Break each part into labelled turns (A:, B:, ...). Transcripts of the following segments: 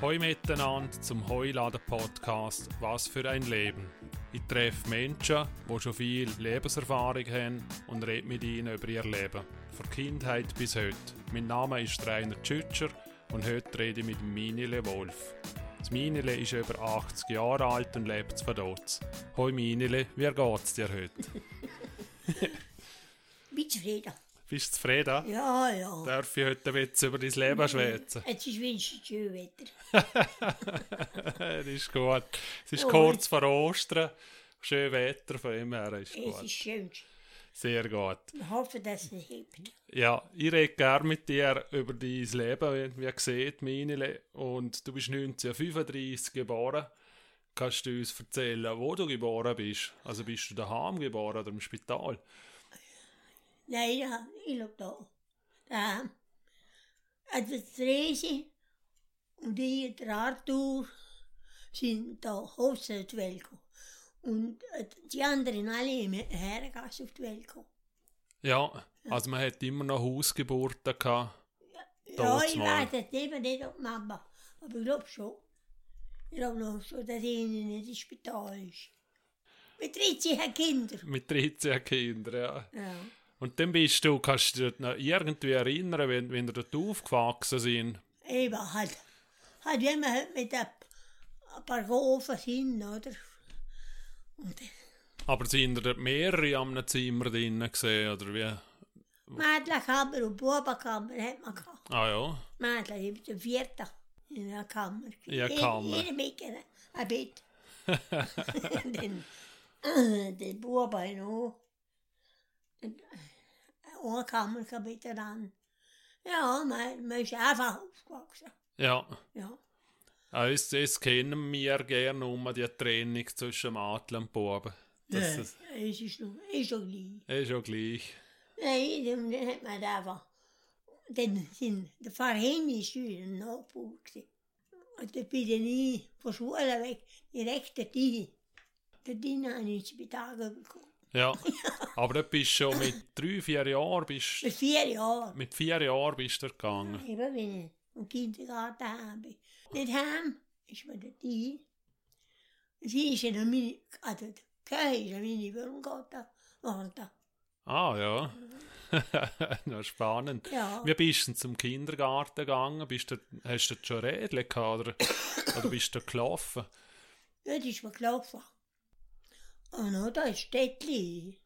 A: Hoi miteinander zum Heuladen Podcast Was für ein Leben. Ich treffe Menschen, die schon viel Lebenserfahrung haben und rede mit ihnen über ihr Leben, von Kindheit bis heute. Mein Name ist Rainer Tschütscher und heute rede ich mit Minile Wolf. Das Minile ist über 80 Jahre alt und lebt von dort. Hoi Minile, wie geht's dir heute?
B: Bin zufrieden.
A: Bist du zufrieden?
B: Ja, ja.
A: Darf ich heute ein bisschen über dein Leben schwätzen?
B: Jetzt ist wenigstens schön Wetter.
A: das ist gut. Es ist
B: Ja.
A: kurz vor Ostern. Schön Wetter von ihm her ist
B: Es
A: gut.
B: ist schön.
A: Sehr gut.
B: Wir hoffen, dass es hebt.
A: Ja, ich rede gerne mit dir über dein Leben, wie- wie gesagt, meine Le Und du bist 1935 geboren. Kannst du uns erzählen, wo du geboren bist? Also bist du daheim geboren oder im Spital?
B: Nein, ja, ich lebe da. Daheim. Also die Therese und ich, der Arthur, sind da Hosen auf die Welt gekommen. Und äh, die anderen alle im Herrengasse auf die Welt gekommen.
A: Ja, also man hat immer noch Hausgeburten gehabt.
B: Ja,
A: Damals
B: ich
A: mal.
B: weiß jetzt eben nicht, ob Mama, aber ich glaube schon. Ich glaube noch schon, dass sie nicht ins Spital ist. Mit 13 hat Kinder.
A: Mit 13 Kindern, ja.
B: Ja.
A: Und dann bist du, kannst du dich noch irgendwie erinnern, wenn, wenn ihr dort aufgewachsen sind?
B: Eben halt. Halt, wenn wir halt mit ein ein paar Gofen sind, oder? Und
A: Aber sind ihr dort mehrere am Zimmer drinnen gesehen, oder wie?
B: Mädchenkammer und Bubenkammer hat man gehabt.
A: Ah ja.
B: Mädchen, ich bin der Vierte in der Kammer.
A: Ja, Kammer.
B: Jeder mit einer- ein Bett. den, den Buben auch. Und Eine Kammer kam miteinander. Ja, man, man ist einfach aufgewachsen.
A: Ja.
B: Ja.
A: Ah, Es, es kennen wir gerne um die Trennung zwischen Madel und Buben. Das
B: Ja,
A: ist,
B: Es ist noch, ist noch nie.
A: ist ja gleich.
B: Nein, dann hat man einfach. Dann sind der Verein ist wieder ein Nachbar. gewesen. Und dann bin ich nie von Schule weg, direkt der Dini. Der Dini habe ich ins Spital bekommen.
A: Ja. Aber du bist schon mit drei, vier Jahren, bist,
B: Mit vier Jahren.
A: mit vier Jahren bist du gegangen.
B: Eben wenn ich im Kindergarten habe. Nicht heim, ist mir der Dini. Sie ist in meine, also der Köhe ist in meine Wohngarten. Garten.
A: Ah ja. Na, spannend.
B: Ja.
A: Wie bist du denn zum Kindergarten gegangen? Bist du, hast du dort schon Rädchen gehabt oder, oder bist du gelaufen?
B: Dort ist mir gelaufen. Und noch da ist Städtli.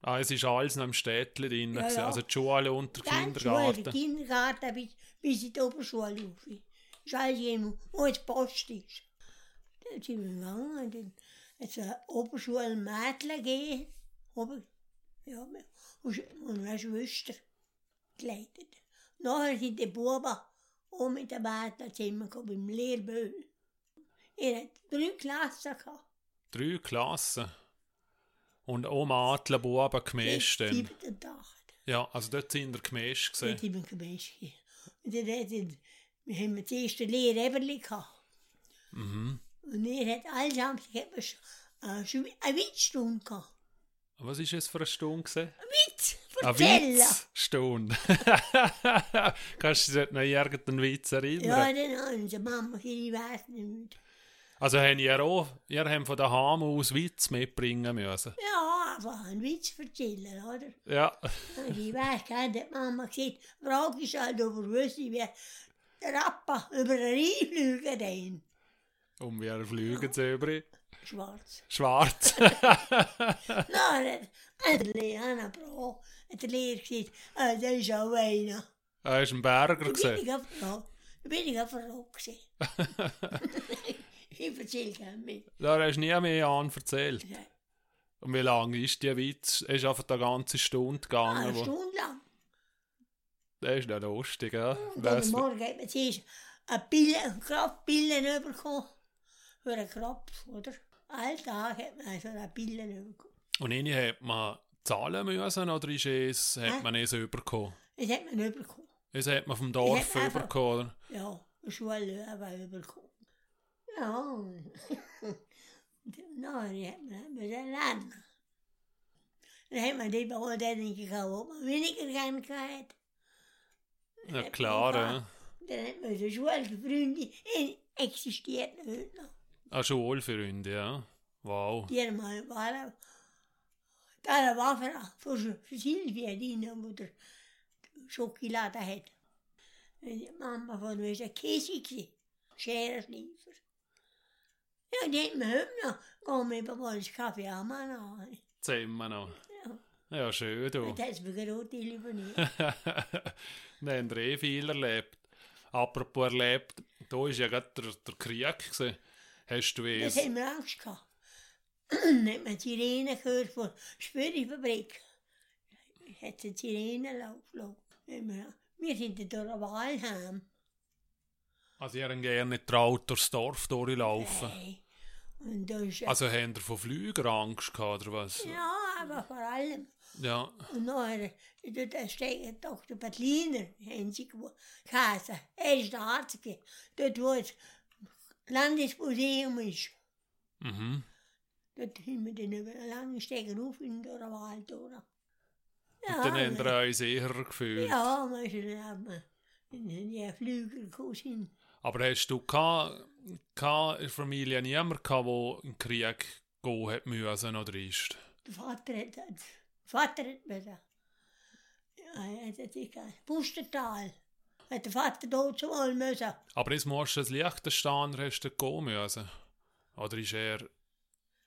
A: Ah, es ist alles noch im Städtchen drin.
B: Ja,
A: gewesen.
B: ja.
A: Also die Schule und der
B: Ganz Schule, der
A: Kindergarten.
B: Kindergarten bis, bis in die Oberschule rauf. Ist alles jemand, wo es Post ist. Dann sind wir gegangen und dann hat es eine Oberschule ein Mädchen gegeben. Ober, ja, und sch- und eine Schwester geleitet. Nachher sind die Buben auch mit den Mädchen ins Zimmer gekommen, im Lehrbüll. Er hat drei Klassen gehabt.
A: Drei Klassen. Und auch Madel, Buben
B: Sechs,
A: gemischt. dann.
B: sieben und acht.
A: Ja, also dort sind wir gemischt
B: Dann
A: gesehen.
B: sind wir gemischt. Und dann hat er, wir haben das erste Lehrer Eberli gehabt. Und er hat alle Samstag hat man sch- äh, schon eine Witzstunde gehabt.
A: Was ist es für eine Stunde gesehen?
B: Witz!
A: Eine
B: Erzählen!
A: Witzstunde. Kannst du dich dort noch an irgendeinen Witz erinnern?
B: Ja, dann hat unsere Mama gesagt, ich weiß nicht.
A: Also haben ihr auch, ihr habt von daheim aus Witz mitbringen müssen.
B: Ja, einfach einen Witz erzählen, oder?
A: Ja,
B: Und ich weiß gar nicht, hat die Mama gesagt, frag ich halt, ob er wüsste, wie der Rappa über den Rheinflüger rein.
A: und wir fliegen zu übrig.
B: Schwarz.
A: Schwarz.
B: Nachher hat der Lehrer angebracht, hat der Lehrer gesagt, ah, da ist auch einer.
A: Er ist ein Berger
B: Bin
A: gesehen.
B: ich auf Frau. Bin ich auf Frau gewesen. ich erzähle gerne mit.
A: Da hast du nie mehr an erzählt.
B: Nein.
A: Und wie lange ist der Witz? Er ist einfach eine ganze Stunde
B: Ah, Eine
A: gegangen. wo-
B: Stunde lang.
A: Der ist ja lustig, ja.
B: Und dann am
A: Weiss-
B: Morgen hat man zuerst eine Pille, eine Kraftpille bekommen. Für einen Kropf, oder? All Tag hat man so eine Pille bekommen.
A: Und eine hat man zahlen müssen oder ist es, hat
B: Hä?
A: man es überkommen?
B: Das hat man nicht bekommen.
A: Es hat man vom Dorf
B: Ich hätte einfach-
A: überkommen. oder?
B: Ja, eine Schule aber bekommen. Ja, und dann hat man das lernen. Dann hat man die Bauern dann gekauft, die man weniger gerne gehabt hat.
A: Ja,
B: hat
A: klar,
B: man
A: ja.
B: gehabt. Dann hat man so Schulfreunde, äh, existiert nicht noch.
A: Eine Schulfreunde, ja. Wow.
B: Die mal waren, er da war für, für, für Silvia, die in der Mutter Schokolade hat. Und die Mama von mir ist ein Käse gewesen, Scherenschleifer. Ja, er die hat mir heute noch, komm, ich mal einen Kaffee auch mal nach.
A: Zusammen noch. Ja, schön, du.
B: Und das hat mir gerade telefoniert.
A: Wir haben eh viel erlebt. Apropos erlebt, da war ja gerade der, der Krieg. Gewesen. Hast du
B: Das
A: es?
B: haben wir Angst gehabt. Dann hat man die Sirene gehört von Spürfabrik. Hat die Sirene laufen lassen. Wir sind in der Wahlheim.
A: Also, ihr habt gerne nicht traut, durchs Dorf durchlaufen.
B: Hey. Und da ist
A: Also, habt ihr von Flügern Angst gehabt, oder was?
B: ja, aber vor allem.
A: Ja.
B: Und nachher, dort da steht Dr. Bettliner, haben sie gewo- geheißen. Er ist der Arzt. gewesen. Dort, wo das Landesmuseum ist.
A: Mhm.
B: Dort sind wir dann über einen langen Steg rauf in der Wald. Oder?
A: Dann habt ihr euch sicherer gefühlt.
B: Ja, man ist erlaubt. Die Flügelkusin.
A: Aber hast du keine, keine Familie, niemand gehabt, der in den Krieg gehen hat müssen also oder ist?
B: Der Vater hat das. Vater hat mir das. Ja, er hat das nicht gehabt. Pustertal. Hat der Vater dort zumal müssen.
A: Aber jetzt musst du das Liechtensteiner hast du gehen müssen. Oder ist er...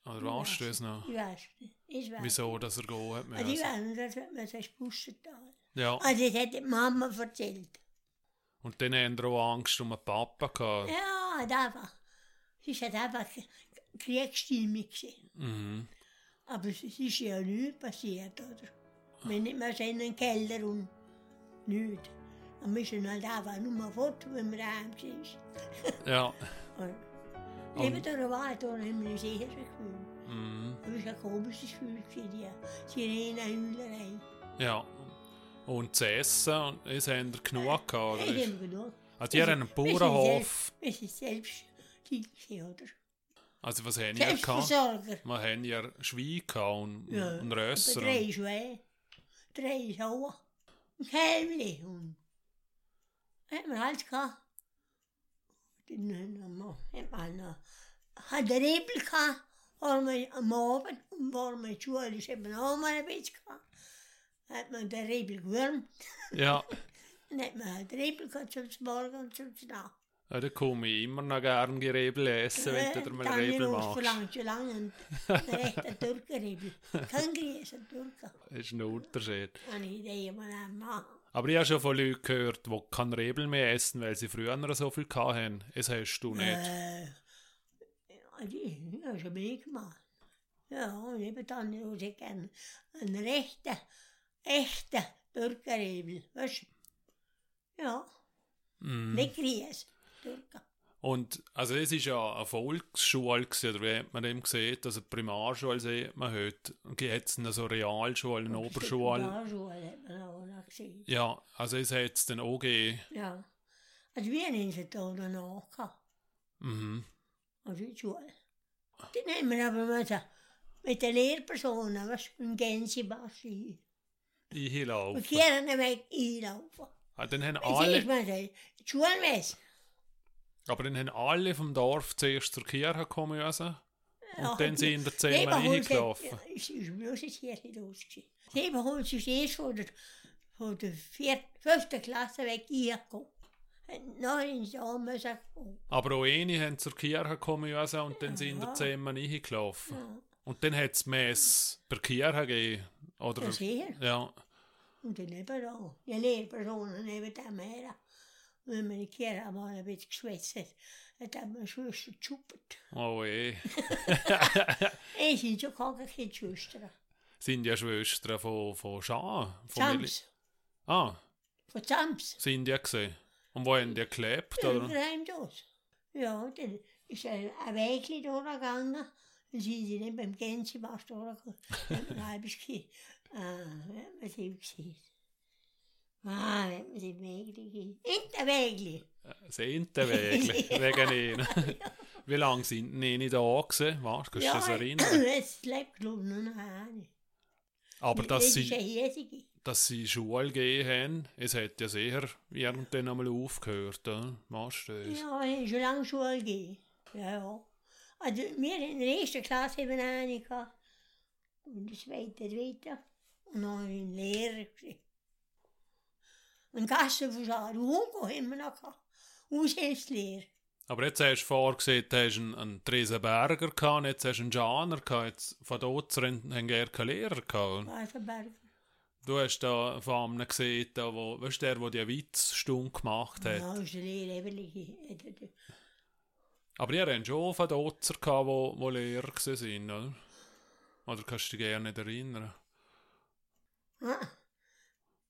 A: Oder warst du es noch?
B: Ich weiß nicht. Ich weiß
A: Wieso, dass er gehen hat
B: Also ich
A: müssen?
B: weiß nicht, das hat mir das Pustertal.
A: Ja.
B: Also das hat die Mama erzählt.
A: Und dann haben wir auch Angst um den Papa gehabt.
B: Ja, hat einfach. Es war einfach Kriegsstimmung. gewesen.
A: Mhm.
B: Aber es ist ja nichts passiert, oder? Wenn nicht mehr in den Keller und nichts. Dann müssen wir halt einfach nur fort, wenn wir daheim sind.
A: Ja.
B: Und eben der Wald, da haben wir uns sicher gefühlt.
A: Mhm.
B: Das war ein komisches Gefühl, für die Sirenenhüllerei.
A: Ja. Und zu essen, und es haben wir genug gehabt, oder?
B: Ich
A: ist-
B: habe genug.
A: Also die haben einen Bauernhof.
B: Es ist selbst gewesen, oder?
A: Also was haben wir gehabt?
B: Selbstversorger.
A: Wir haben ja Schweine gehabt und,
B: Ja,
A: und Rösser.
B: etwa Drei Schweine, drei Sauen, ein Kälbchen und hat man alles gehabt. Dann haben wir- hat man noch hat einen Riebel gehabt, haben wir am Abend, und waren wir in der Schule, ist eben auch mal ein bisschen gehabt. Hat man den Riebel gewürmt,
A: und- Ja.
B: dann hat man halt Riebel gehabt zum Morgen und zum Nacht.
A: Ja, da komme ich immer noch gern die Rebel essen, wenn du
B: Äh,
A: dir mal Rebel machst.
B: Verlangt schon lange einen rechten Türkenriebel. Kein Grieß, ein Türken.
A: Das ist ein Unterschied.
B: Eine Idee, man einen machen.
A: Aber ich habe schon von Leuten gehört, die keinen Rebel mehr essen, weil sie früher so viel hatten. Es hast du nicht.
B: Äh, also ich habe schon mehr gemacht. Ja, und eben dann würde ich gerne einen rechten, echten Türkenrebel, weißt du? Ja,
A: Mm.
B: nicht Grieß, Türken.
A: Und also es ist ja eine Volksschule, gewesen, oder wie hat man eben gesehen, also die Primarschule sieht man heute. Und gibt es noch so Realschule, eine Oberschule.
B: Oberschule hat man auch noch gesehen.
A: Ja, also es hat es dann auch gegeben.
B: Ja. Also wir haben sie da danach gehabt.
A: Mhm.
B: Also die Schule. Dann haben wir aber müssen, mit den Lehrpersonen, weißt du, im Gänsebaschen. Wir
A: Einlaufen.
B: kehren weg einlaufen.
A: Ah, dann haben
B: Alle. Ich
A: alle,
B: meine, die Schulmess.
A: aber dann haben alle vom Dorf zuerst zur Kirche kommen müssen. also. Und dann sind wir zusammen reingelaufen.
B: Ich muss es hier nicht rausgesehen. Siebenhund ist erst von der, von der vier, fünften Klasse weg reingekommen. Und Nachher in die Arme gekommen.
A: Aber auch eine haben zur Kirche kommen müssen also, und dann sind wir zusammen reingelaufen. Und dann hat es Mess per Kirche gegeben. Oder,
B: Ja, sicher.
A: ja.
B: Und dann eben auch. Die Lehrpersonen neben dem her. Wenn man die Kirche mal ein bisschen geschwätzt hat, hat dann meine Schwester geschuppert.
A: Oh eh.
B: Ich sind schon keine Kindschwestern.
A: Sind ja Schwestern von, von Schaan. Von Meli-
B: Sams.
A: ah,
B: Von Sams.
A: sind ja gesehen. Und wo haben die gelebt?
B: Und
A: Oder?
B: rein aus. Ja, dann ist ein ein Wägli durchgegangen. Dann sind sie dann beim Gänsebast durchgegangen. Dann habe ich gesehen, ah, hat man sie gesehen. Ah, hat man sie Wägli gesehen. Nicht der Wägli.
A: Sind die wirklich? Wegen ihnen. Wie lange sind denn ihnen da gewesen? Warst du, kannst du das erinnern?
B: es lebt glaube ich noch eine.
A: Aber dass
B: das ist eine
A: sie,
B: hiesige.
A: dass sie Schule gegeben haben, es hat ja sicher irgendwann einmal aufgehört, oder? Machst du das?
B: Ja, ich habe schon lange Schule gegeben. Ja, ja. Also wir in der ersten Klasse haben wir eine gehabt. Und die zweite, dritte. Und dann habe ich einen Lehrer gesehen. Und Gassenverschade, Hugo haben wir noch gehabt. Aushilfslehrer.
A: Aber jetzt hast du vorgesehen, du hast einen, einen Tresenberger gehabt, und jetzt hast du einen Janer gehabt, jetzt von dort zu rennen, haben gar keinen Lehrer gehabt.
B: Wasserberg.
A: Du hast da von einem gesehen, da, wo, weißt du, der, der die Witzstunde gemacht hat.
B: Ja, ist der Lehrer Eberli.
A: Aber ihr habt schon von Dozer gehabt, wo, wo Lehrer gewesen sind, oder? Oder kannst du dich gerne nicht erinnern?
B: Ah.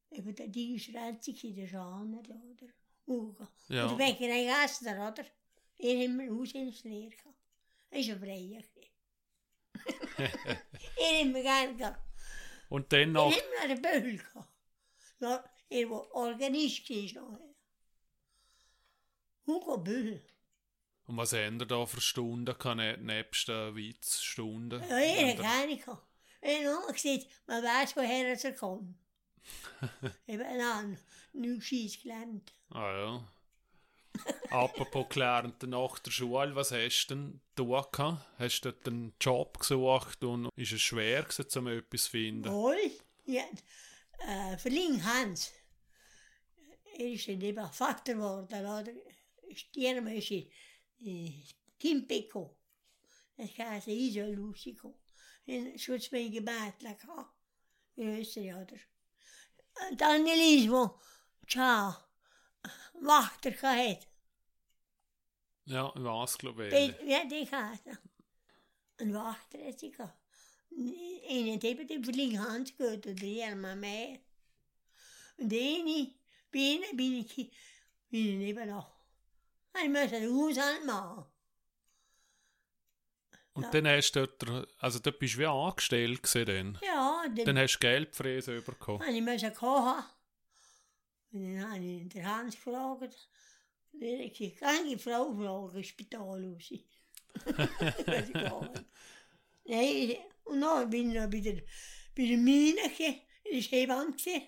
B: Eben der die ist der einzige, der Schane, oder? Hugo.
A: Ja.
B: Und wegen der Gasser, oder? Er haben wir Aushilfslehrer gehabt. Er ist ein Breyer. er haben wir gerne gehabt.
A: Und dann
B: Er haben
A: noch,
B: wir einen Böll gehabt. Ja, er war Organist gewesen nachher. Hugo Böll.
A: und was habt ihr da für Stunden gehabt, ne- nebst den Witzstunden?
B: Ja, er
A: Habt
B: hat
A: ihr-
B: keine gehabt. Er hat nur gesagt, man weiß, woher er kommt. Eben, nein, nichts Scheiss gelernt.
A: Ah ja. Apropos gelernt, nach der Schule, was hast du denn da gehabt? Hast du dort einen Job gesucht und ist es schwer gewesen, um etwas zu finden?
B: Wohl, ja, äh, Verling Hans. Er ist dann eben Vater geworden, oder? Stirn ist er, äh, Timpico. Das heisst, er ist ein Lusico. In Schutzmenge Bätler gehabt. In Österreich, oder? Und dann Elise, wo, tja, Wachter gehabt.
A: Ja, ich weiß, glaube ich.
B: Den- Ja, den Kater. Ein Wachträtiger. Einen hat eben den Verling Hans gehört oder Irma Meier. Und eine, bei ihnen bin ich, bin ich eben noch. Ich muss das Haus anmachen.
A: Und dann hast du dort, also dort bist du wie angestellt gewesen dann.
B: Ja, dann,
A: Dann hast du Geld fräsen bekommen.
B: habe ich müssen kochen. Und dann habe ich den Hans gefragt. Und er hat gesagt, kann ich die Frau fragen, ins Spital raus. Weil ich gegangen bin. Nein, und dann bin ich noch bei der, bei der Mine, gewesen. das war Hebamme. gewesen.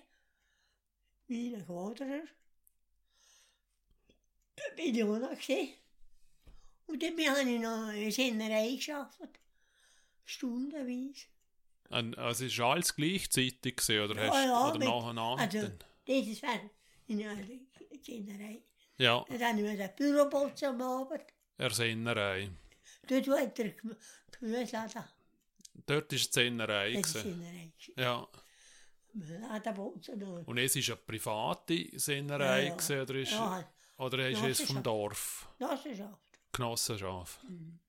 B: Mine Quaderer. Da er. bin ich auch noch. gewesen. Und dann bin- habe ich noch in der Sennerei gearbeitet. Stundenweise.
A: Und, also es war alles gleichzeitig gewesen, oder
B: Ja,
A: hast
B: ja,
A: oder
B: mit-
A: nacheinander?
B: Also,
A: dann?
B: dieses war in der Kinderei.
A: ja,
B: Und dann haben wir das Bürobot am Abend.
A: Ersinnerei.
B: Dort hat der Gemüseladen.
A: Dort war die Sinnerei.
B: Das ist
A: gewesen.
B: Kinderei.
A: Ja.
B: Ladenbot und
A: Und es war eine private Sinnerei,
B: Ja, ja.
A: gewesen, oder ist,
B: Ja,
A: oder ist es vom
B: Genossenschaft.
A: Dorf?
B: Genossenschaft.
A: Genossenschaft.
B: Dann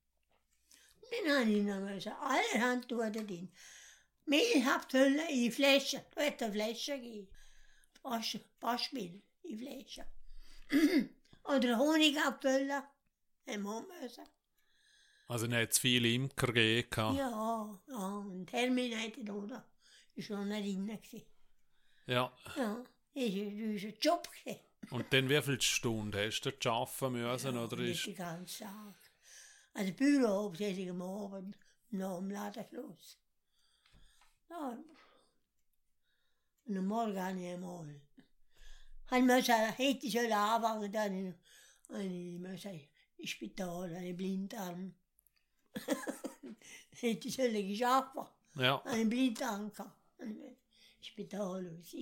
B: habe ich noch müssen. Allerhand tun da drin. Mehl habt Hülle in Flaschen. Da hat eine Flasche gegeben. Wasch- Waschmehl in Flaschen. Oder Honig habt Hülle. Haben wir müssen.
A: Also dann hat es viele Imker gegeben. Ja.
B: Ja, ja, und Hermin hatte da noch. Ist noch nicht drin. gewesen.
A: ja.
B: Ja, das war unser Job. gewesen.
A: Und dann wie viele Stunden hast du dort arbeiten müssen? oder
B: Nicht
A: ist,
B: den ganzen Tag. Also Büro hauptsächlich am Abend, noch am Ladenschluss. Ja. Und am Morgen habe ich einmal. Ich musste, hätte ich sollen anfangen, dann habe ich musste ins Spital, einen Blindarm. hätte ich sollen geschafft.
A: ja.
B: Ein Blindarm gehabt. Ich bin da los.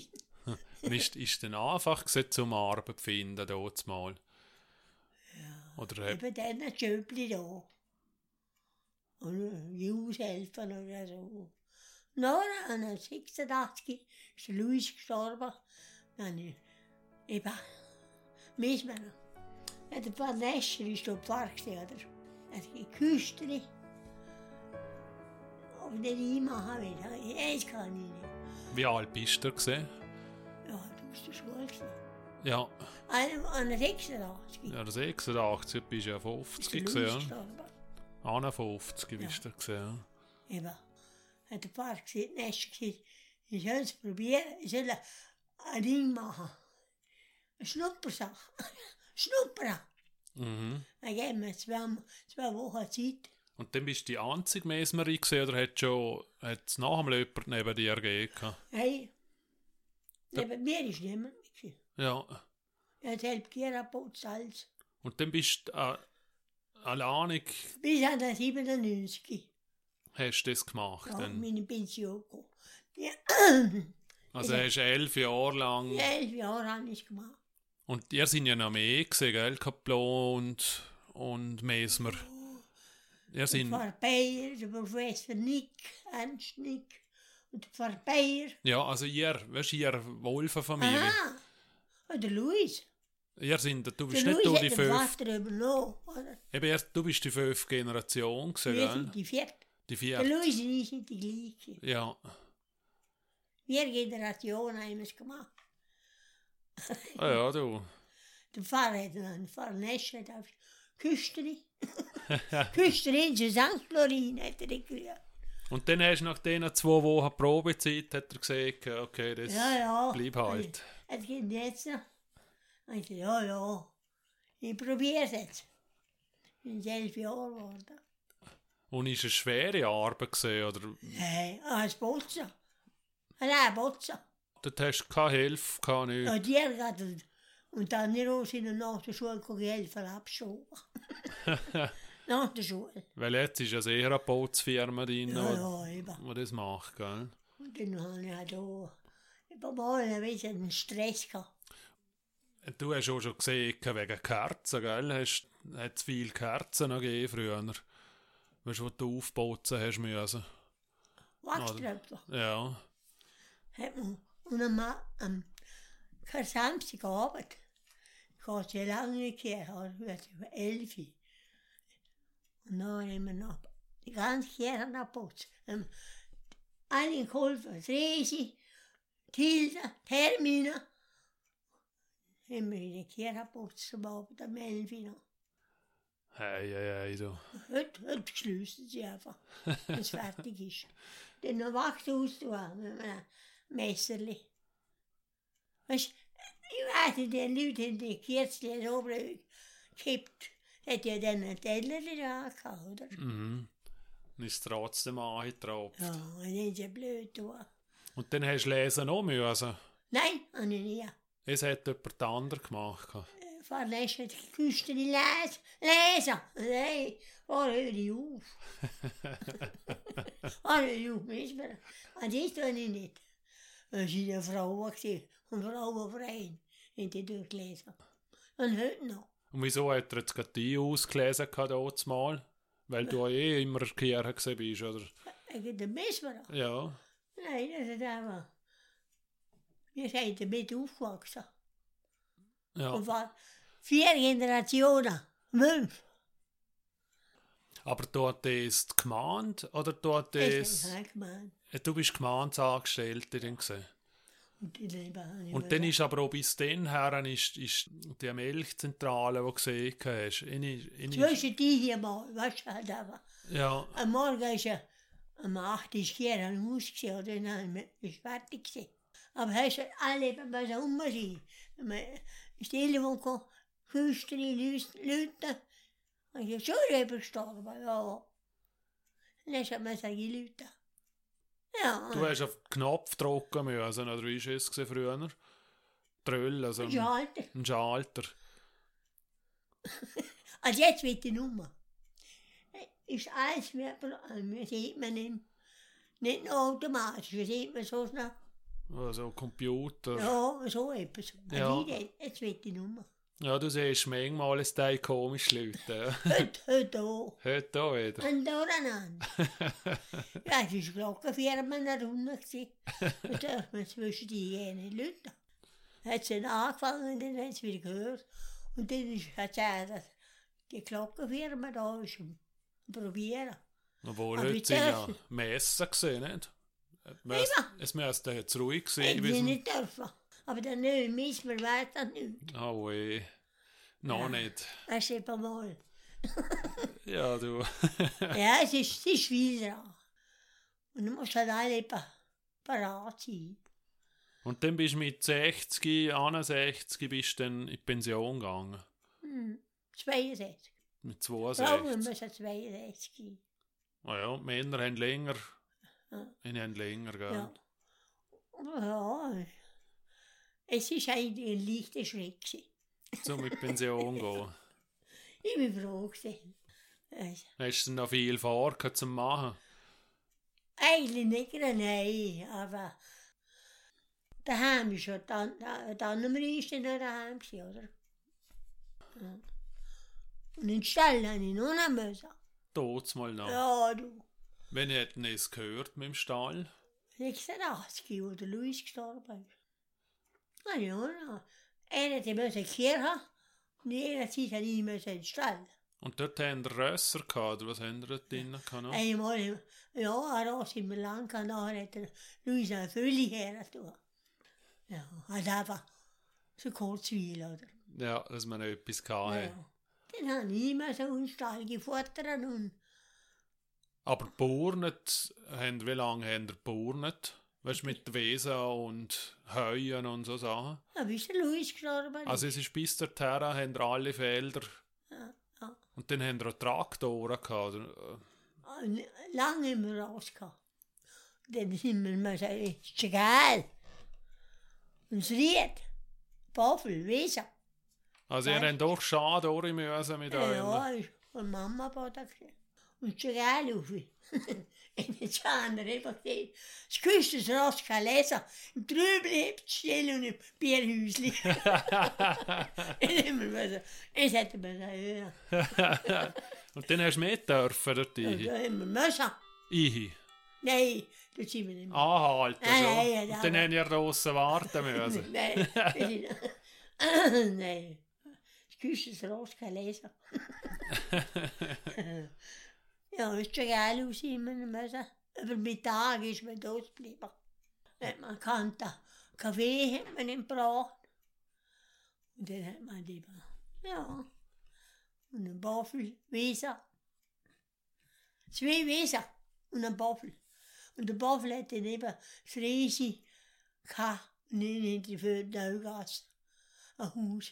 A: Und ist, ist dann einfach gewesen, zum Arbeit finden, dort mal? Oder hat,
B: Eben dann ein Schöpfli da. Und Jungshelfen oder so. Nachher, an der 86, ist der Luis gestorben. Dann ich- eben, müssen wir noch. Ja, Der Pfarr Nescher ist da Pfarrer gewesen, oder? Er hat geküsst. Auf den Riemen habe ich gesagt, das kann ich nicht.
A: wie alt bist du da gewesen?
B: Ja, du bist der Schule gewesen.
A: Ja,
B: An, an der 86.
A: ja 86, du bist ja 50 gewesen. ja. 51 bist du gewesen. ja.
B: Eben. Hat der Pfarrer gesagt, Nest gesagt, ich soll es probieren, ich soll ein Ding machen. Eine Schnuppersache. Schnuppern.
A: Mhm.
B: Dann geben wir zwei, zwei Wochen Zeit.
A: Und dann bist du die einzige Mesmerin gewesen, oder hat schon, hat's noch einmal jemand neben dir gegeben?
B: Hey, neben mir ist niemand. gewesen.
A: Ja.
B: Er hat halb Gier abgeputzt, alles.
A: Und dann bist du äh, alleinig,
B: Bis an den 97.
A: hast du das gemacht.
B: Ja,
A: dann.
B: meine Pension gekommen. Ja,
A: Also
B: Ja.
A: hast du elf Jahre lang.
B: elf Jahre habe ich es gemacht.
A: Und ihr sind ja noch mehr gewesen, gell? Kaplan und, und Mesmer. Ihr
B: Der
A: sind,
B: Pfarrer Bayer, der Professor Nick, Ernst Nick und der Pfarrer Bayer.
A: ja, also ihr, weißt du, ihr Wolfenfamilie.
B: Aha, Oh, und der Luis.
A: Ihr sind, du
B: Der
A: bist nicht
B: Luis
A: nur
B: hat
A: die
B: den
A: fünf,
B: Vater übernommen. Oder?
A: eben erst, du bist die fünf Generation gewesen,
B: Wir
A: gell?
B: sind die vierte.
A: Die
B: Der
A: vier.
B: Luis und ich sind die gleiche.
A: Ja.
B: Wir Generationen haben es gemacht.
A: Ah, ja, du.
B: Der Pfarrer hat einen Pfarrer Nescher, da auf Küsteri. Küsteri in St. Florin hat er gekriegt.
A: Und dann hast du nach diesen zwei Wochen Probezeit, hat er gesehen, okay, das
B: Ja, ja.
A: bleib halt.
B: Es geht jetzt noch. Und ich so, ja, ja, ich probiere es jetzt. In elf Jahren geworden.
A: Und ist eine schwere Arbeit gesehen, oder?
B: Nein, als Botzen. Allein Botzen.
A: Dort hast du keine Hilfe, keine nichts.
B: Ja, die hat und, und dann nicht raus in der nach der Schule kann ich helfen abschauen. nach der Schule.
A: Weil jetzt ist ja sehr eine Bootsfirma drin,
B: Ja,
A: ja,
B: ja, eben.
A: die das macht, gell?
B: Und dann habe ich halt auch ein paar Mal ein bisschen einen Stress gehabt.
A: Du hast auch schon gesehen, wegen Kerzen, gell? Hast, hat es viele Kerzen noch gegeben früher? Weißt du, wo du aufputzen hast müssen?
B: Wachströpfel.
A: Ja.
B: hat man und am, Ma- am kein Samstagabend geht sie lange in die Kirche, also wird über elf. Uhr. Und dann haben wir noch die ganze Kirche nach Putz. Ähm, Alle geholfen, Resi, Tilda, Hermina. Haben wir die Kirche geputzt am Abend am elf. Uhr noch.
A: Hey, hey, hey, du.
B: Heute, heute beschließen sie einfach, wenn es fertig ist. Dann noch Wacht auszuhauen mit einem Messerli. Weißt ich weiß nicht, die Leute haben die Kürzchen da oben gekippt. Hat ja dann einen Teller da gehabt, oder?
A: Mhm. Dann ist es trotzdem angetrabt.
B: Ja, und dann haben sie blöd getan.
A: Und dann hast du lesen noch müssen.
B: Nein, habe ich nie.
A: Es hat jemand anderes gemacht. gell?
B: Fahr lässt die Küste lesen. Lesen! Nein, fahr hör ich auf. fahr hör ich auf, nicht mehr. Und das tue ich nicht. Das war eine Frau gewesen, und Frauenverein. Haben die durchgelesen. Und heute noch.
A: Und wieso hat er jetzt gerade die ausgelesen, gehabt, mal? Weil du ja eh immer in der Kirche gewesen bist, oder?
B: Wegen der Messmer.
A: Ja.
B: Nein, das ist einfach. Wir sind damit aufgewachsen.
A: ja.
B: Und war vier Generationen. Fünf.
A: Aber du hattest die Gemeinde oder du
B: Das
A: hattest...
B: habe ich gemacht.
A: Du bist Gemeindeangestellte dann gesehen.
B: Und die Liebe habe ich
A: Und dann ist aber auch bis dann her ist, ist die Milchzentrale, die du gesehen hast. In, in,
B: Zwischen die hier mal, weißt du, halt einfach.
A: ja,
B: Am Morgen ist er um 8 Uhr hier am Haus gewesen, oder dann ist fertig gewesen. Aber hast du alle bei so um sein. Das Telefon kam, Küsteri, Leute. Und ich schon eben gestorben, ja. Und dann hat man sich gelitten. Ja,
A: du hast auf den Knopf drücken müssen, oder wie war es gewesen früher? Tröll, also
B: und
A: ein,
B: schon alt.
A: ein Schalter.
B: Also jetzt wird die Nummer. Ist alles mehr, man also, sieht man nicht, nicht nur automatisch, man sieht man so schnell.
A: Also Computer. Ja,
B: Ja, so etwas.
A: Ja.
B: Ja. Jetzt wird die Nummer.
A: du siehst manchmal ist Teil komisch Leute. ja.
B: Heute, heute auch.
A: Heute auch wieder.
B: Und durcheinander. ja, es ist Glockenfirma in der Runde. gewesen. Und da hat man zwischen die jenen Leute. Hat sie dann angefangen und dann hat sie wieder gehört. Und dann ist- hat sie auch das- die Glockenfirma da ist am Probieren.
A: Obwohl,
B: Aber
A: heute sind ja
B: dürfen-
A: Messen gesehen, nicht? Es-
B: Eben.
A: Es müsste jetzt ruhig sein.
B: Hätte
A: bis
B: sie
A: um-
B: nicht dürfen. Aber der neue Mist, man weiß das nicht.
A: Oh weh. Noch
B: Ja.
A: nicht.
B: Weißt du, eben mal.
A: Ja, du.
B: Ja, es ist, es ist viel dran. Und du musst halt alle pa- parat sein.
A: Und dann bist du mit 60, 61 bist du dann in die Pension gegangen.
B: Hm, 62.
A: Mit
B: Frauen
A: 62.
B: müssen 62 sein.
A: Ah ja, Männer haben länger.
B: Ja.
A: Die haben länger, gell?
B: Ja. ja. Es ist eigentlich ein leichter Schritt. gewesen.
A: So mit Pension gehen.
B: Ich bin froh. gewesen. Also,
A: Hast du denn noch viel vor gehabt zum Machen?
B: eigentlich nicht gerade, nein, aber daheim ist ja dann, äh, dann am Riesten noch daheim, gewesen, oder? Ja. Und den Stall habe ich noch nicht müssen.
A: Tut's mal noch.
B: Ja, du.
A: Wenn hätten es gehört mit dem Stall?
B: 86, wo der Luis gestorben ist. Ah ja, na. Einer hat müssen in die Kirche und die andere Zeit hat ich müssen in den Stall.
A: Und dort haben die Rösser gehabt, oder was haben die dort drinnen gehabt? noch?
B: Einmal, im- ja, ein Ross in Milanka, nachher hat der Luis eine Fülle hergetan. Ja, also einfach so kurz wie, oder?
A: Ja, dass man etwas gehabt
B: Ja.
A: hat.
B: Dann habe ich immer so einen Stall gefuttert und
A: Aber Burnet, haben, wie lange haben die Burnet? Weißt du, mit Wesen und Heuen und so Sachen?
B: dann ist der Luis gestorben.
A: Also es ist bis dorthin, haben die alle Felder.
B: Ja, ja.
A: Und dann haben die auch Traktoren gehabt. oder?
B: Und lange immer rausgekommen. Dann sind wir mal so, ist egal. Und es riet. Baffel, Weser.
A: Also ihr
B: Weißt-
A: habt doch Schaden durch müssen mit
B: Ja,
A: euren.
B: ja, ist von Mama baut das. Und es egal, Ufi. Und jetzt haben wir einfach gesehen, das küsst das Ross kein Leser. Im Trübel hebt es still und im Bierhäusli. Und immer so, es hätte man so hören.
A: und dann hast du mit dürfen dort
B: Und
A: rein.
B: da haben wir müssen.
A: Ihi.
B: Nein, das sind wir nicht mehr.
A: Anhalten
B: Nein,
A: schon.
B: nein,
A: und dann
B: aber-
A: haben ihr draussen warten müssen.
B: Nein, das ist- nein. Das küsst das Ross kein Leser. ja, ist schon geil aus, immer müssen. Über Mittag ist man dort geblieben. Hat man kann da Kaffee hat man nicht gebraucht. Und dann hat man die, ja, und ein Baffel, Weser. Zwei Weser und ein Baffel. Und der Baffel hat dann eben das Riese gehabt. Und dann hinter die Fördaugasse ein Haus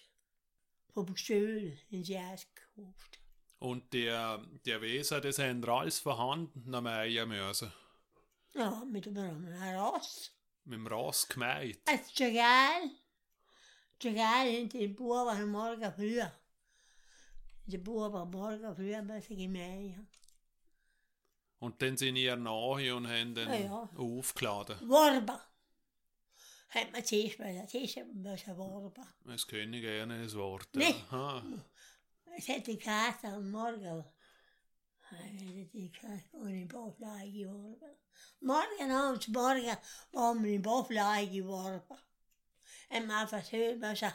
B: vom Stöhl in die Eis gekauft.
A: Und die, äh, die Wesen, das haben ihr alles von Hand noch mähen müssen.
B: Ja, mit dem Rahmen heraus.
A: Mit dem Ross gemäht.
B: Es ist egal. Es ist egal, hinter dem Bub am Morgen früh. Der Bub am Morgen früh müssen gemähen.
A: Und dann sind ihr nahe und haben dann
B: Ja, ja.
A: aufgeladen.
B: Worba. Hat man zuerst mal das ist müssen Worba.
A: Das kenne ich gerne, das Wort.
B: Nee.
A: Aha.
B: Es hat die Kasse am Morgen. Äh, Die Kasse ohne Boffel eingeworben. Morgen abends, morgen haben wir die Boffel eingeworben. Und man versucht, man sie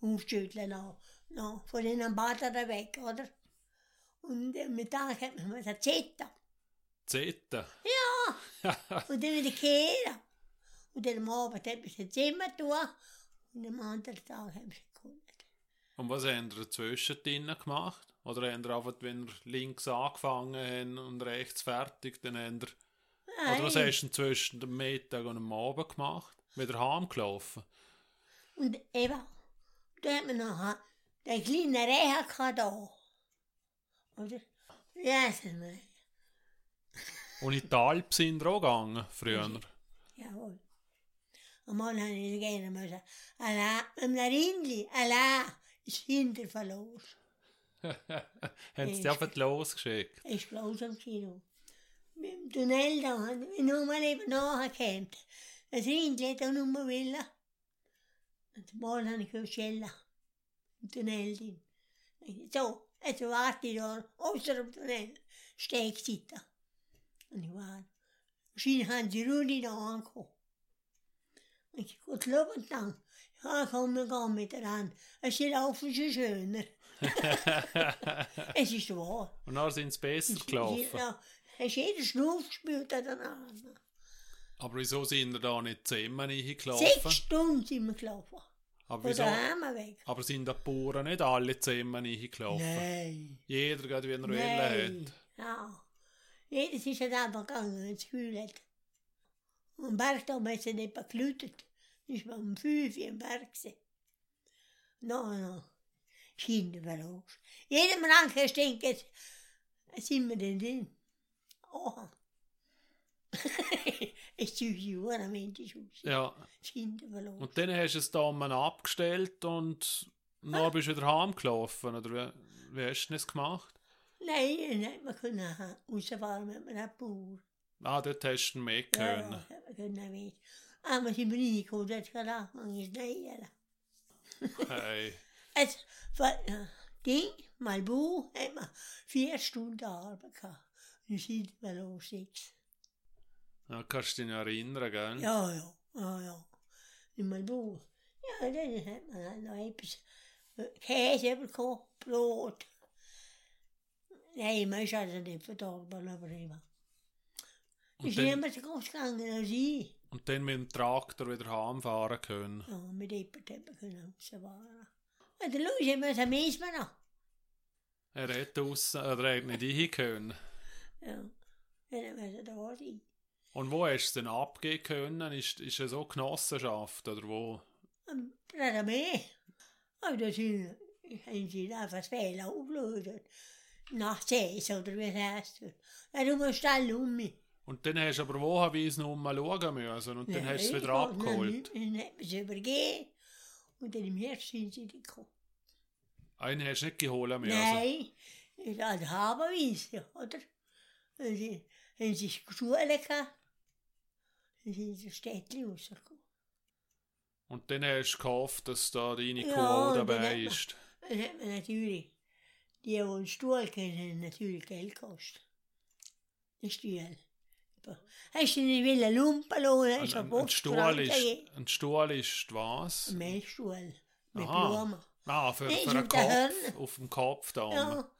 B: aufschütteln, noch, noch von den Badern weg, oder? Und am Mittag hat man sie zitten.
A: Zetten.
B: Und dann wieder kehren. Und dann am Abend hat man sie ins Zimmer tun. Und am anderen Tag haben sie gekundert.
A: Und was haben ihr dazwischen drinnen gemacht? Oder haben ihr einfach, wenn ihr links angefangen habt und rechts fertig, dann haben ihr... Oder was hast du denn zwischen dem Mittag und dem Abend gemacht? Wieder heimgelaufen?
B: Und eben, da hat man noch den kleinen Reha gehabt da. Oder? Jesus, mein.
A: Und in die Alp sind ihr auch gegangen,
B: Mhm.
A: früher.
B: Jawohl. Einmal habe ich gehen müssen. Allein, mit einem Rindli, allein, ist hinter verloren.
A: haben sie dich einfach losgeschickt?
B: Ich bloß am Kino. Mit dem Tunnel da, wenn ich nur mal eben nachgekämmt. Das Rindli hat auch nur mal willen. Und mal habe ich geschellen. Im Tunnel drin. So, jetzt warte ich da, außer im Tunnel. Steigseite. Und ich war. Wahrscheinlich haben sie Rudi da angekommen. Und ich gut lobend dann. Ja, komm, wir gehen miteinander. Es ist auch schon schöner. es ist wahr.
A: Und dann sind sie besser gelaufen.
B: Ja, hast jeder Schnupf gespürt an den anderen.
A: Aber wieso sind ihr da nicht zusammen
B: Sechs
A: reingelaufen?
B: Stunden sind wir gelaufen.
A: Aber
B: Von
A: wieso...
B: daheim weg.
A: Aber sind die Bauern nicht alle zusammen reingelaufen?
B: Nein.
A: Jeder geht wie er will
B: Nein.
A: hat.
B: Ja. Jedes ist halt einfach gegangen ins Gefühl hat. Am Berg da haben sie nicht beglütet. Ich war um fünf Uhr im Berg. Nou, gewesen. No, no. Kinder war los. Jedem Ranken stinkt. Sind wir denn drin? Anhang. es zieht sich auch am Ende aus.
A: Ja.
B: Das Kinder verloren.
A: Und dann hast du es da mal abgestellt und
B: Ah.
A: dann bist du wieder heimgelaufen, oder wie, wie hast du das gemacht?
B: Nein, nein, man konnte rausfahren mit einem Bauer.
A: Ah, dort hast du ihn mehr
B: Ja,
A: können.
B: ja, man konnte mit. Aber sind wir reingekommen, das kann auch manchmal nein.
A: Hey.
B: Es war äh, Ding, mein Buch, hat man vier Stunden Arbeit gehabt. Und sind wir los jetzt.
A: Ja, kannst du dich noch erinnern, gell?
B: Ja, ja, ja, ja. In meinem Buch. Ja, dann hat man halt noch etwas äh, Käse bekommen, Brot. Nein, man ist also nicht verdorben, aber immer.
A: Und
B: Ist
A: dann,
B: niemand gegangen als ich.
A: und dann mit dem Traktor wieder heimfahren können.
B: Ja, mit jemandem hätte man können rausfahren. Und dann schauen wir, was müssen wir noch.
A: Er hätte draussen, oder er hätte nicht hin können.
B: Ja, dann müssen wir da sein.
A: Und wo hast du es denn abgeben können? Ist, ist es auch Genossenschaft, oder wo?
B: Blätter med. Og der siger han, siger, der er for svag lovblødet. Nå, sagde så du ved herste. Ja, du må stalle om mig.
A: Und dann hast du aber wohenweise noch mal schauen müssen und dann hast du es wieder abgeholt.
B: Han havde mig så begivet. Og den mere synes jeg, det kom.
A: Einen hast du nicht geholt also. müssen.
B: Nej, det har vi ikke, oder? Han siger, han siger, skruer kan. Han siger, så statlig udsakom.
A: Und dann hast du gehofft, dass da deine
B: Ja,
A: Kuh
B: und dann
A: dabei
B: hat man-
A: ist.
B: Han sagde, men naturligt. Det er jo en stor kan naturligt galdkost. Det styrer han. Han siger, det vil have lumpalån, han
A: Ein,
B: så
A: ein, ein,
B: altså brugt
A: Stuhl ist, ein Stuhl ist was?
B: Madstuhl med
A: Aha.
B: blommer.
A: Ah, für,
B: Nein,
A: für
B: ist
A: einen
B: auf der
A: Kopf,
B: Hörn.
A: auf dem Kopf da
B: Ja,
A: oben.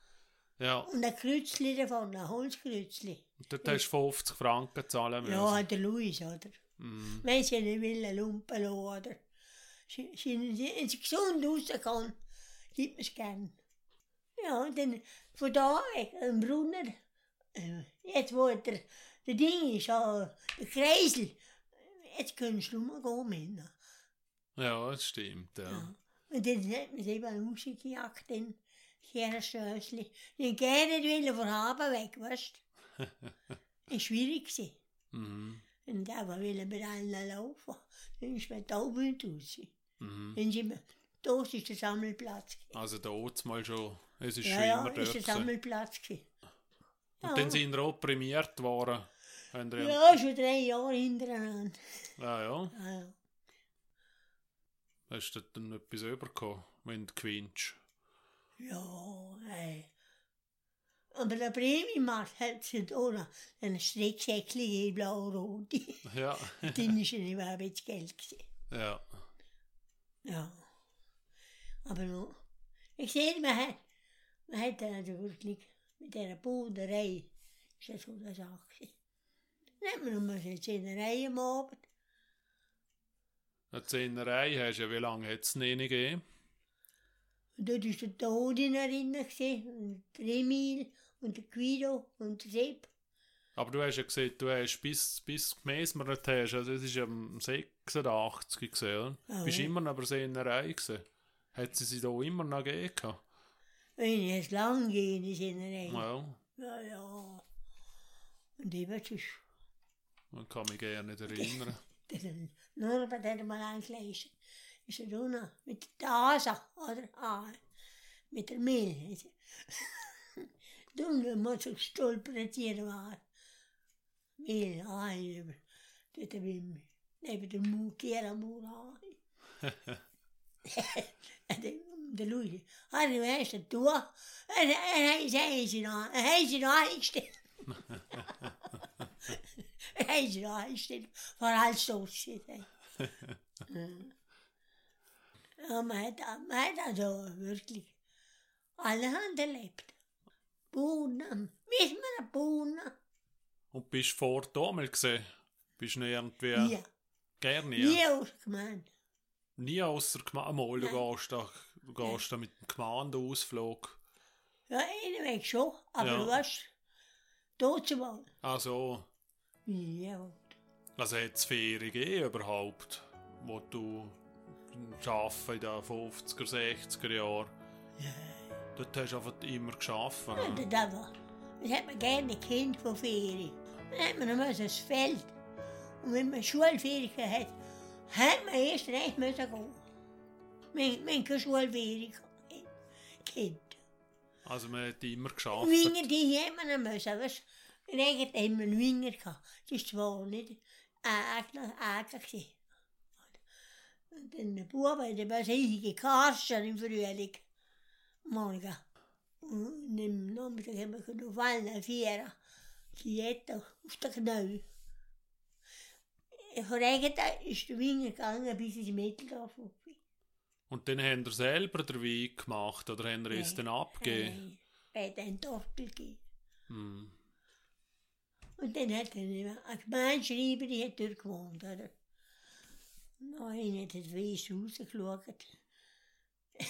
A: Ja,
B: und der Krützli davon, der Holzkrützli.
A: und dort hast du 50 Franken zahlen müssen.
B: Ja, der Louis, oder?
A: Mm.
B: Wenn sie nicht will, eine Lumpe lassen, oder? Sie, sie, sie, wenn sie gesund rauskommen, gibt man es gern. Ja, und dann von da weg, ein Brunner, äh, jetzt wo der, der Ding ist, äh, der Kreisel, jetzt können sie nur mehr gehen, Männer.
A: Ja, das stimmt. Ja.
B: Ja. Und dann hat man sie eben rausgejagt, den Kerschösli. Den gerne will von Haben weg, weißt du? Ist schwierig gewesen.
A: Mhm.
B: Und aber will er mit allen laufen. Dann ist man taubend raus.
A: Mhm.
B: Dann sind wir, das ist der Sammelplatz. gewesen.
A: Also da hat's mal schon, es ist
B: Ja,
A: schon
B: ja,
A: immer
B: ist der
A: dort. gewesen.
B: Sammelplatz. gewesen.
A: Und dann sind wir auch prämiert worden. Haben wir ja.
B: Ja, schon drei Jahre hintereinander.
A: Ah, ja.
B: Ja, ja.
A: Hast du dann etwas übergekommen, wenn du gewinnst?
B: ja ey. Aber der Prämienmarkt hat sich da noch einen Stricksäckchen gegeben, blau-rot.
A: Ja.
B: Dann ist ja nicht mehr mit Geld. Gewesen.
A: ja.
B: Ja. Aber nur, ich sehe, man hat, man hat dann also wirklich mit dieser Bodenrei, ist das so eine Sache gewesen. Nicht mehr nur so Zehnerei am Abend.
A: Eine Zehnerei hast du ja, wie lange hat es nicht gegeben?
B: Und dort war der Todi noch drin, gewesen, und der Emil, und der Guido, und der Sepp.
A: Aber du hast ja gesagt, du hast bis, bis du gemesmert hast, also es ist am 86 gesehen.
B: Ah,
A: Bist
B: ja.
A: immer noch bei der Zehnerei gewesen. Hat sie sie da immer noch gegeben? gehabt?
B: Und ich ist lang gehen, die Zehnerei. Ja.
A: Ja,
B: ja, Nou ja. Und ich war zu
A: man kann mich gerne nicht erinnern.
B: Das ist nur bei der mal eingelesen. Ist er unten mit der Nase, oder? Ah, mit der Milch. Dunkel muss ich stolpertieren war. Milch, ah, dort beim, neben dem Mukera Mura. Der Luigi, hat er weißt du, du, er hat sie noch, er hat sie noch eingestellt. Hij is raar, hij zit vooral zo zitten. ja, maar hij Um, had- maar hij had zo werkelijk alle handen lebt. Bohnen, wist maar de bohnen.
A: Und bist vor Dommel gesehen? Bist du nicht irgendwie
B: Ja, ja.
A: gerne?
B: die ausgemaakt.
A: Nie ausser Gemahmol, du
B: Nein.
A: gehst da, du gehst da mit dem Gemahnden-Ausflug.
B: Ja, één week zo, maar
A: Ja.
B: ja. was doodsmal.
A: Also,
B: Ja,
A: also hat es Ferien gegeben überhaupt, wo du arbeiten in den 50er, 60er Jahren. Dort hast du einfach immer geschafft.
B: ja,
A: oder?
B: dat was. Das hat man gerne Kind von Ferien. Dann hat man noch mal so das Feld. Und wenn man Schulferien hat, hat man erst recht müssen gehen. Man, man kann Schulferien Kind.
A: Also man hat immer geschafft.
B: Winger, die hat man noch müssen. Was? Regen haben wir einen Winger gehabt. Das ist zwar nicht eigentlich eigentlich. Und dann Buben, der war riesige Karsten im Frühling. Morgen. nou Und am Nachmittag haben wir können auf allen Vieren Kietten auf den Knöll. Von Regenthal ist der Winger gegangen bis ins Mitteldorf.
A: Und dann habt ihr selber den Weg gemacht oder habt ihr es dann abgegeben?
B: Nein, Bei den Tortel gegeben.
A: Hm.
B: Und dann hat er eine eine Gemeinschreiber, die hat dort gewohnt, oder? Nein, hat das Weiss rausgeschaut.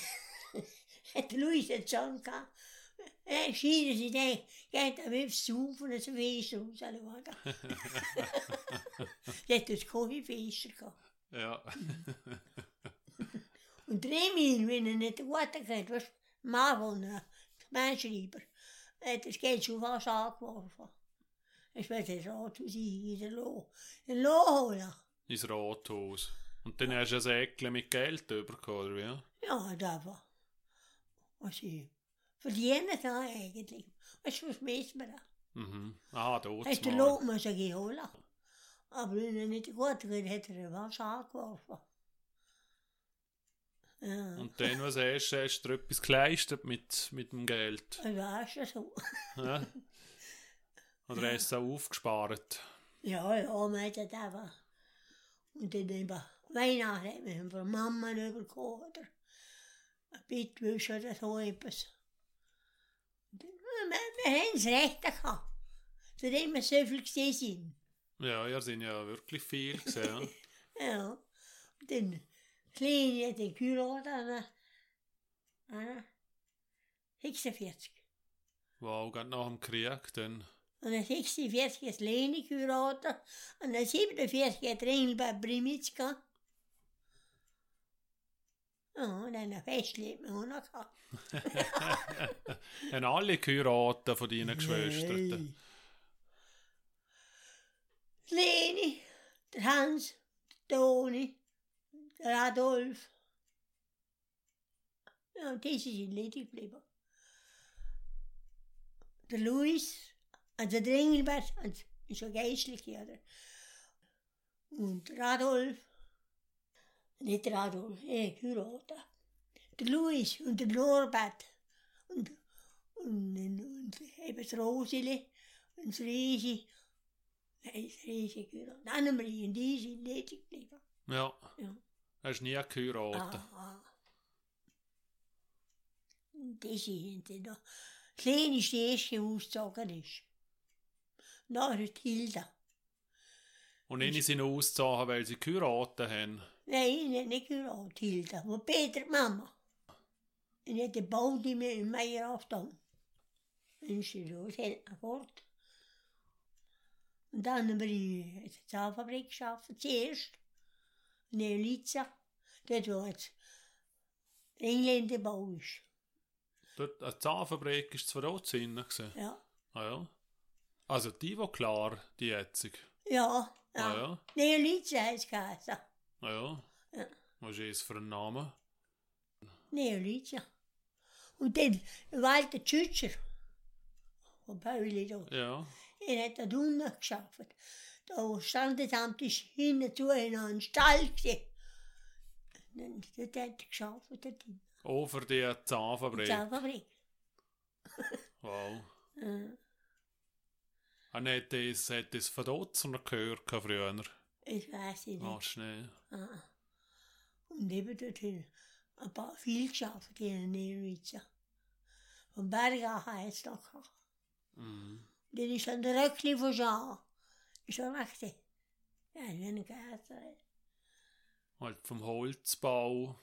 B: hat Luis hat schon gehabt. Er schieden sie denkt, geht am liebsten saufen, das Weiss rausschauen. Der hat dort keine Weisser gehabt.
A: Ja.
B: Und Remil, wenn er nicht gut geht, was Mann von einem Gemeinschreiber, hat das Geld schon fast angeworfen. Ich weiß nicht, Rat aus wieder Loh. Den Loh holen.
A: Ins Rathaus. Und dann hast du ein Säckchen mit Geld bekommen, oder wie?
B: Ja, da war. Was ich verdienen da eigentlich. Weißt du, was wissen wir da?
A: Mhm. Ah, da
B: Hast du Loh müssen geholt. Aber wenn er nicht gut geht, hat er was angeworfen. Ja,
A: Und dann, was hast du, hast du dir etwas geleistet mit, mit dem Geld?
B: das war schon so.
A: Ja? Oder hast du es auch aufgespart?
B: Ja, ja, man hat das einfach. Und dann eben Weihnachten hat man von Mama bekommen oder ein Bettwäsche oder so etwas. Und dann, ja, wir, wir haben das Recht gehabt, zu dem wir so viel gesehen sind.
A: Ja, ihr sind ja wirklich viel gesehen.
B: Ja. Und dann Kleine hat den geheiratet, an einer 46.
A: wow, gerade nach dem Krieg dann.
B: Und dann 46 ist Leni geheiratet und dann 47 hat Ringel bei Brimitska. Ja, und dann ein Festleben auch noch gehabt.
A: Haben alle geheiratet von deinen Geschwistern?
B: Nein. Leni, der Hans, der Toni, der Adolf. Ja, und die sind ledig geblieben. Der Luis, also der Engelbert, also ist ja geistlich, oder? Und der Adolf, nicht der Adolf, eh, Kyroda. Der Luis und der Norbert und, und, und, und eben das Roseli und das Resi. Nein, das Resi, Kyroda. Annemarie und die sind ledig geblieben.
A: Ja.
B: Ja. Ah.
A: Hast nie geheiratet?
B: Aha. Und Das sind die noch. Klein ist die erste, die ausgezogen ist. Nachher ist Hilda.
A: Und ihnen sind ausgezogen, weil sie geheiratet haben.
B: Nein, ich hab nicht geheiratet, Hilda. Wo Peter die Mama. Und hat den Bau, die mir im Meier aufgetan. Dann ist sie los, hat ihn fort. Und dann haben wir in der Zahnfabrik gearbeitet, zuerst. In der Litza. Dort, wo jetzt der Engländer Bau ist.
A: Dort, eine Zahnfabrik war zwar auch zu Innen gewesen.
B: Ja.
A: Ah ja. Also die war klar, die jetzige.
B: Ja.
A: Ah
B: ja.
A: ja.
B: Nee, Litze heisst Kaiser.
A: Ah ja.
B: Ja.
A: Was ist das für ein Name?
B: Neolitzer. Und dann Walter Tschütscher. Von Pauli da.
A: Ja.
B: Er hat da unten geschafft. Da Standesamt ist hinten zu in einem Stall gewesen. Dann dort hat er geschafft, dort in
A: Auch für die
B: der
A: Zahnfabrik.
B: Zahnfabrik.
A: Wow.
B: Äh,
A: Und hat das, hat das von dort zu gehört gehabt früher?
B: Ich weiß nicht.
A: Ah, schnell.
B: Ah. Und eben dort haben ein paar viel geschafft in Neolitzer. Von Bergach heißt es noch. gehabt.
A: Mhm.
B: Den is aan de röckli voor Jean. Is al achter. Ja, ik ben een kater.
A: Halt vom Holzbau.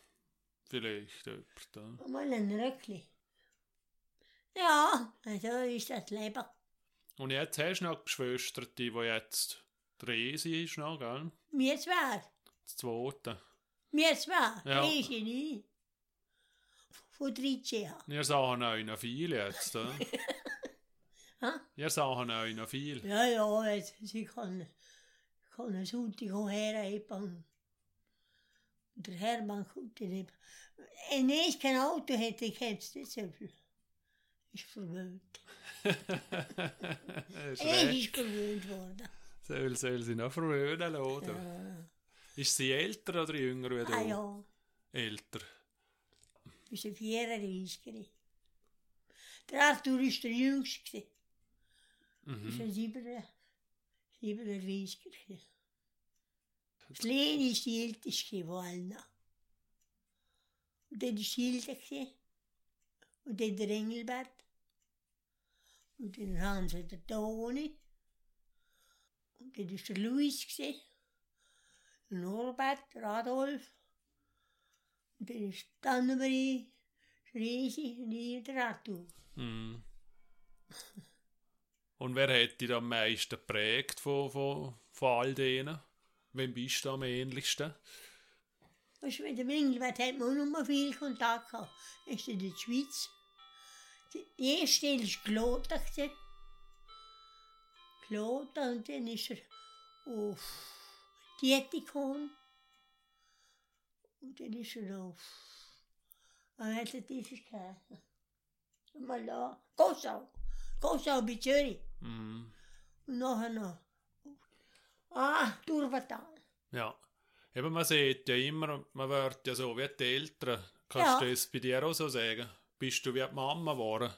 A: Vielleicht jemand. ja.
B: Mal een röckli. Ja, en zo is dat leven.
A: Und jetzt hast du noch Geschwister, die die jetzt Resi ist noch, gell?
B: Meer zwaar.
A: Das zweite.
B: Meer zwaar.
A: Ja.
B: Wees je niet. Voor drietje.
A: Wir sahen einen viel jetzt, ja?
B: Hä?
A: Ihr sahen euch noch viel.
B: Ja, ja, jetzt, sie kann, kann einen Sonntag auch herheben. Und der Hermann kommt dann eben. Wenn ich kein Auto hätte, ich hätte es nicht so viel. Ist verwöhnt.
A: Ist recht.
B: Ich ist verwöhnt worden.
A: soll, soll sie noch verwöhnen lassen. du.
B: Ja.
A: Ist sie älter oder jünger wie du?
B: Ah ja,
A: Älter.
B: wir sind 34. Der Arthur war der Jüngste. Das
A: Mhm.
B: war 37. gewesen. Das Leni war die älteste von allen. Und dann war die Hilde. gewesen. Und dann der Engelbert. Und dann Hans und der Toni. Und dann war der Luis. gewesen. Der Norbert, der Adolf. Und dann ist die Annemarie, die Resi und ich und der Arthur.
A: Mhm. Und wer hat dich am meisten geprägt von, von, von all denen? Wem bist du am ähnlichsten?
B: Weißt du, mit dem Engelbert hat man auch noch viel Kontakt gehabt. Er ist in der Schweiz. Die erste ist Kloten. Kloten und dann ist er auf Dietikon. Und dann ist er auf. Was hat er dieses geheißen? Mal da. Gossau. Gossau bei Zürich.
A: Mhm.
B: Und nachher noch. Ah, Turbatal.
A: Ja. Eben, man sieht ja immer, man wird ja so wie die Eltern. Kannst
B: Ja.
A: du das bei dir auch so sagen? Bist du wie die Mama geworden?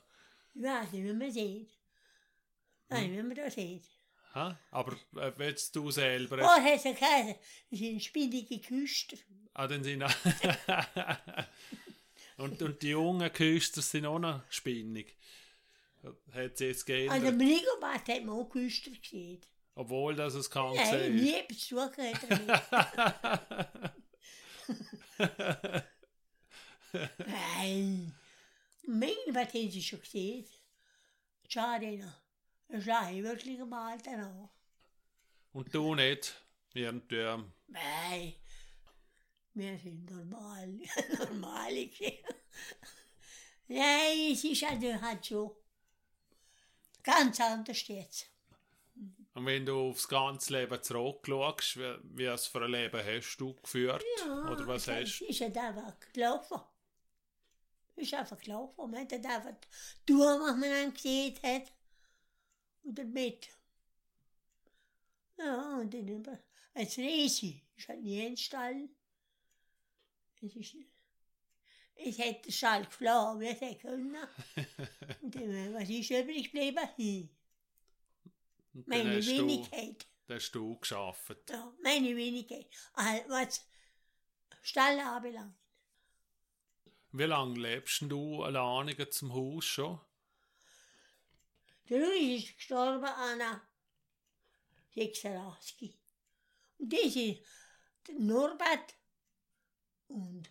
B: Ich weiß nicht, wie man sieht. Nein, wie man das sieht.
A: Hä? Aber äh, jetzt du selber.
B: Oh, hat er geheißen. Das sind spindige Küster.
A: Ah, dann sind und, und die jungen Küster sind auch noch spinnig. Hat sie jetzt geändert.
B: An dem Rigobert hat man auch Küster gesehen.
A: Obwohl das es kaum
B: Nein,
A: gesehen
B: nie besucht hat er mich. Nein. Manchmal hat sie schon gesehen. Schade noch. Er schlage ich wirklich mal danach.
A: Und du nicht. Irgendwie.
B: Nein. Wir sind normal. Normale Kinder. Nein, es ist also halt so. Ganz anders jetzt.
A: Und wenn du aufs ganze Leben zurückschaust, wie, wie es für ein Leben hast du geführt? Oder was
B: das
A: hast du?
B: Ist halt einfach gelaufen. Ist einfach gelaufen. Man hat halt einfach tun, was man einem gesehen hat. Und damit. Ja, und dann über. Als Resi ist halt nie ein Stall. Es ist. Es hätte den Stall geflogen, wie es hätte können. Und dann, was ist übrig geblieben? Hm,
A: Und dann
B: Meine
A: hast du,
B: Wenigkeit.
A: dann hast du geschafft.
B: Ja, meine Wenigkeit. Also, was Stall anbelangt.
A: Wie lange lebst denn du alleine zum Haus schon?
B: Der Luis ist gestorben an 86. Und das ist der Norbert und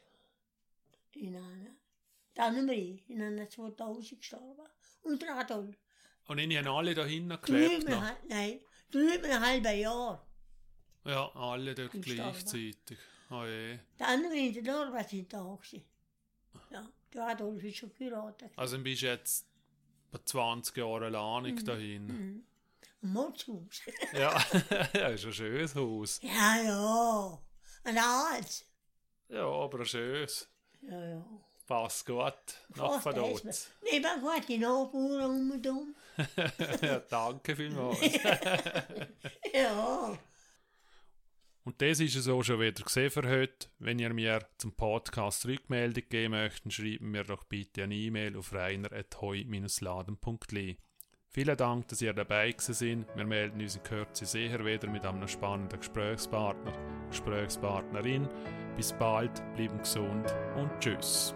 B: in einer, dann in einer 2000 gestorben. Und der Adolf.
A: Und ich habe alle da hinten gelebt. Noch.
B: Drüben, nein, drüben ein halbes Jahr.
A: Ja, alle dort
B: Bin
A: gleichzeitig. Oh je.
B: Der andere in der Norbert sind da gewesen. Ja, der Adolf ist schon geheiratet.
A: Also dann bist du jetzt bei 20 Jahre alleinig dahin.
B: Mhm. Ein Mordshaus.
A: Ja, ja, ist ein schönes Haus.
B: ja, ja. Ein Arzt.
A: Ja, aber ein schönes.
B: Ja, ja.
A: Passt gut. Nach
B: Ach, da ist
A: dort.
B: Nee, maar goed, die Nachbarn um und um.
A: ja, danke vielmals.
B: Ja.
A: Und das ist es auch schon wieder gesehen für heute. Wenn ihr mir zum Podcast Rückmeldung geben möchtet, schreiben mir doch bitte eine E-Mail auf reiner.heu-laden.li. e. Vielen Dank, dass ihr dabei gewesen seid. Wir melden uns in Kürze sicher wieder mit einem spannenden Gesprächspartner, Gesprächspartnerin. Bis bald, bleiben gesund und tschüss.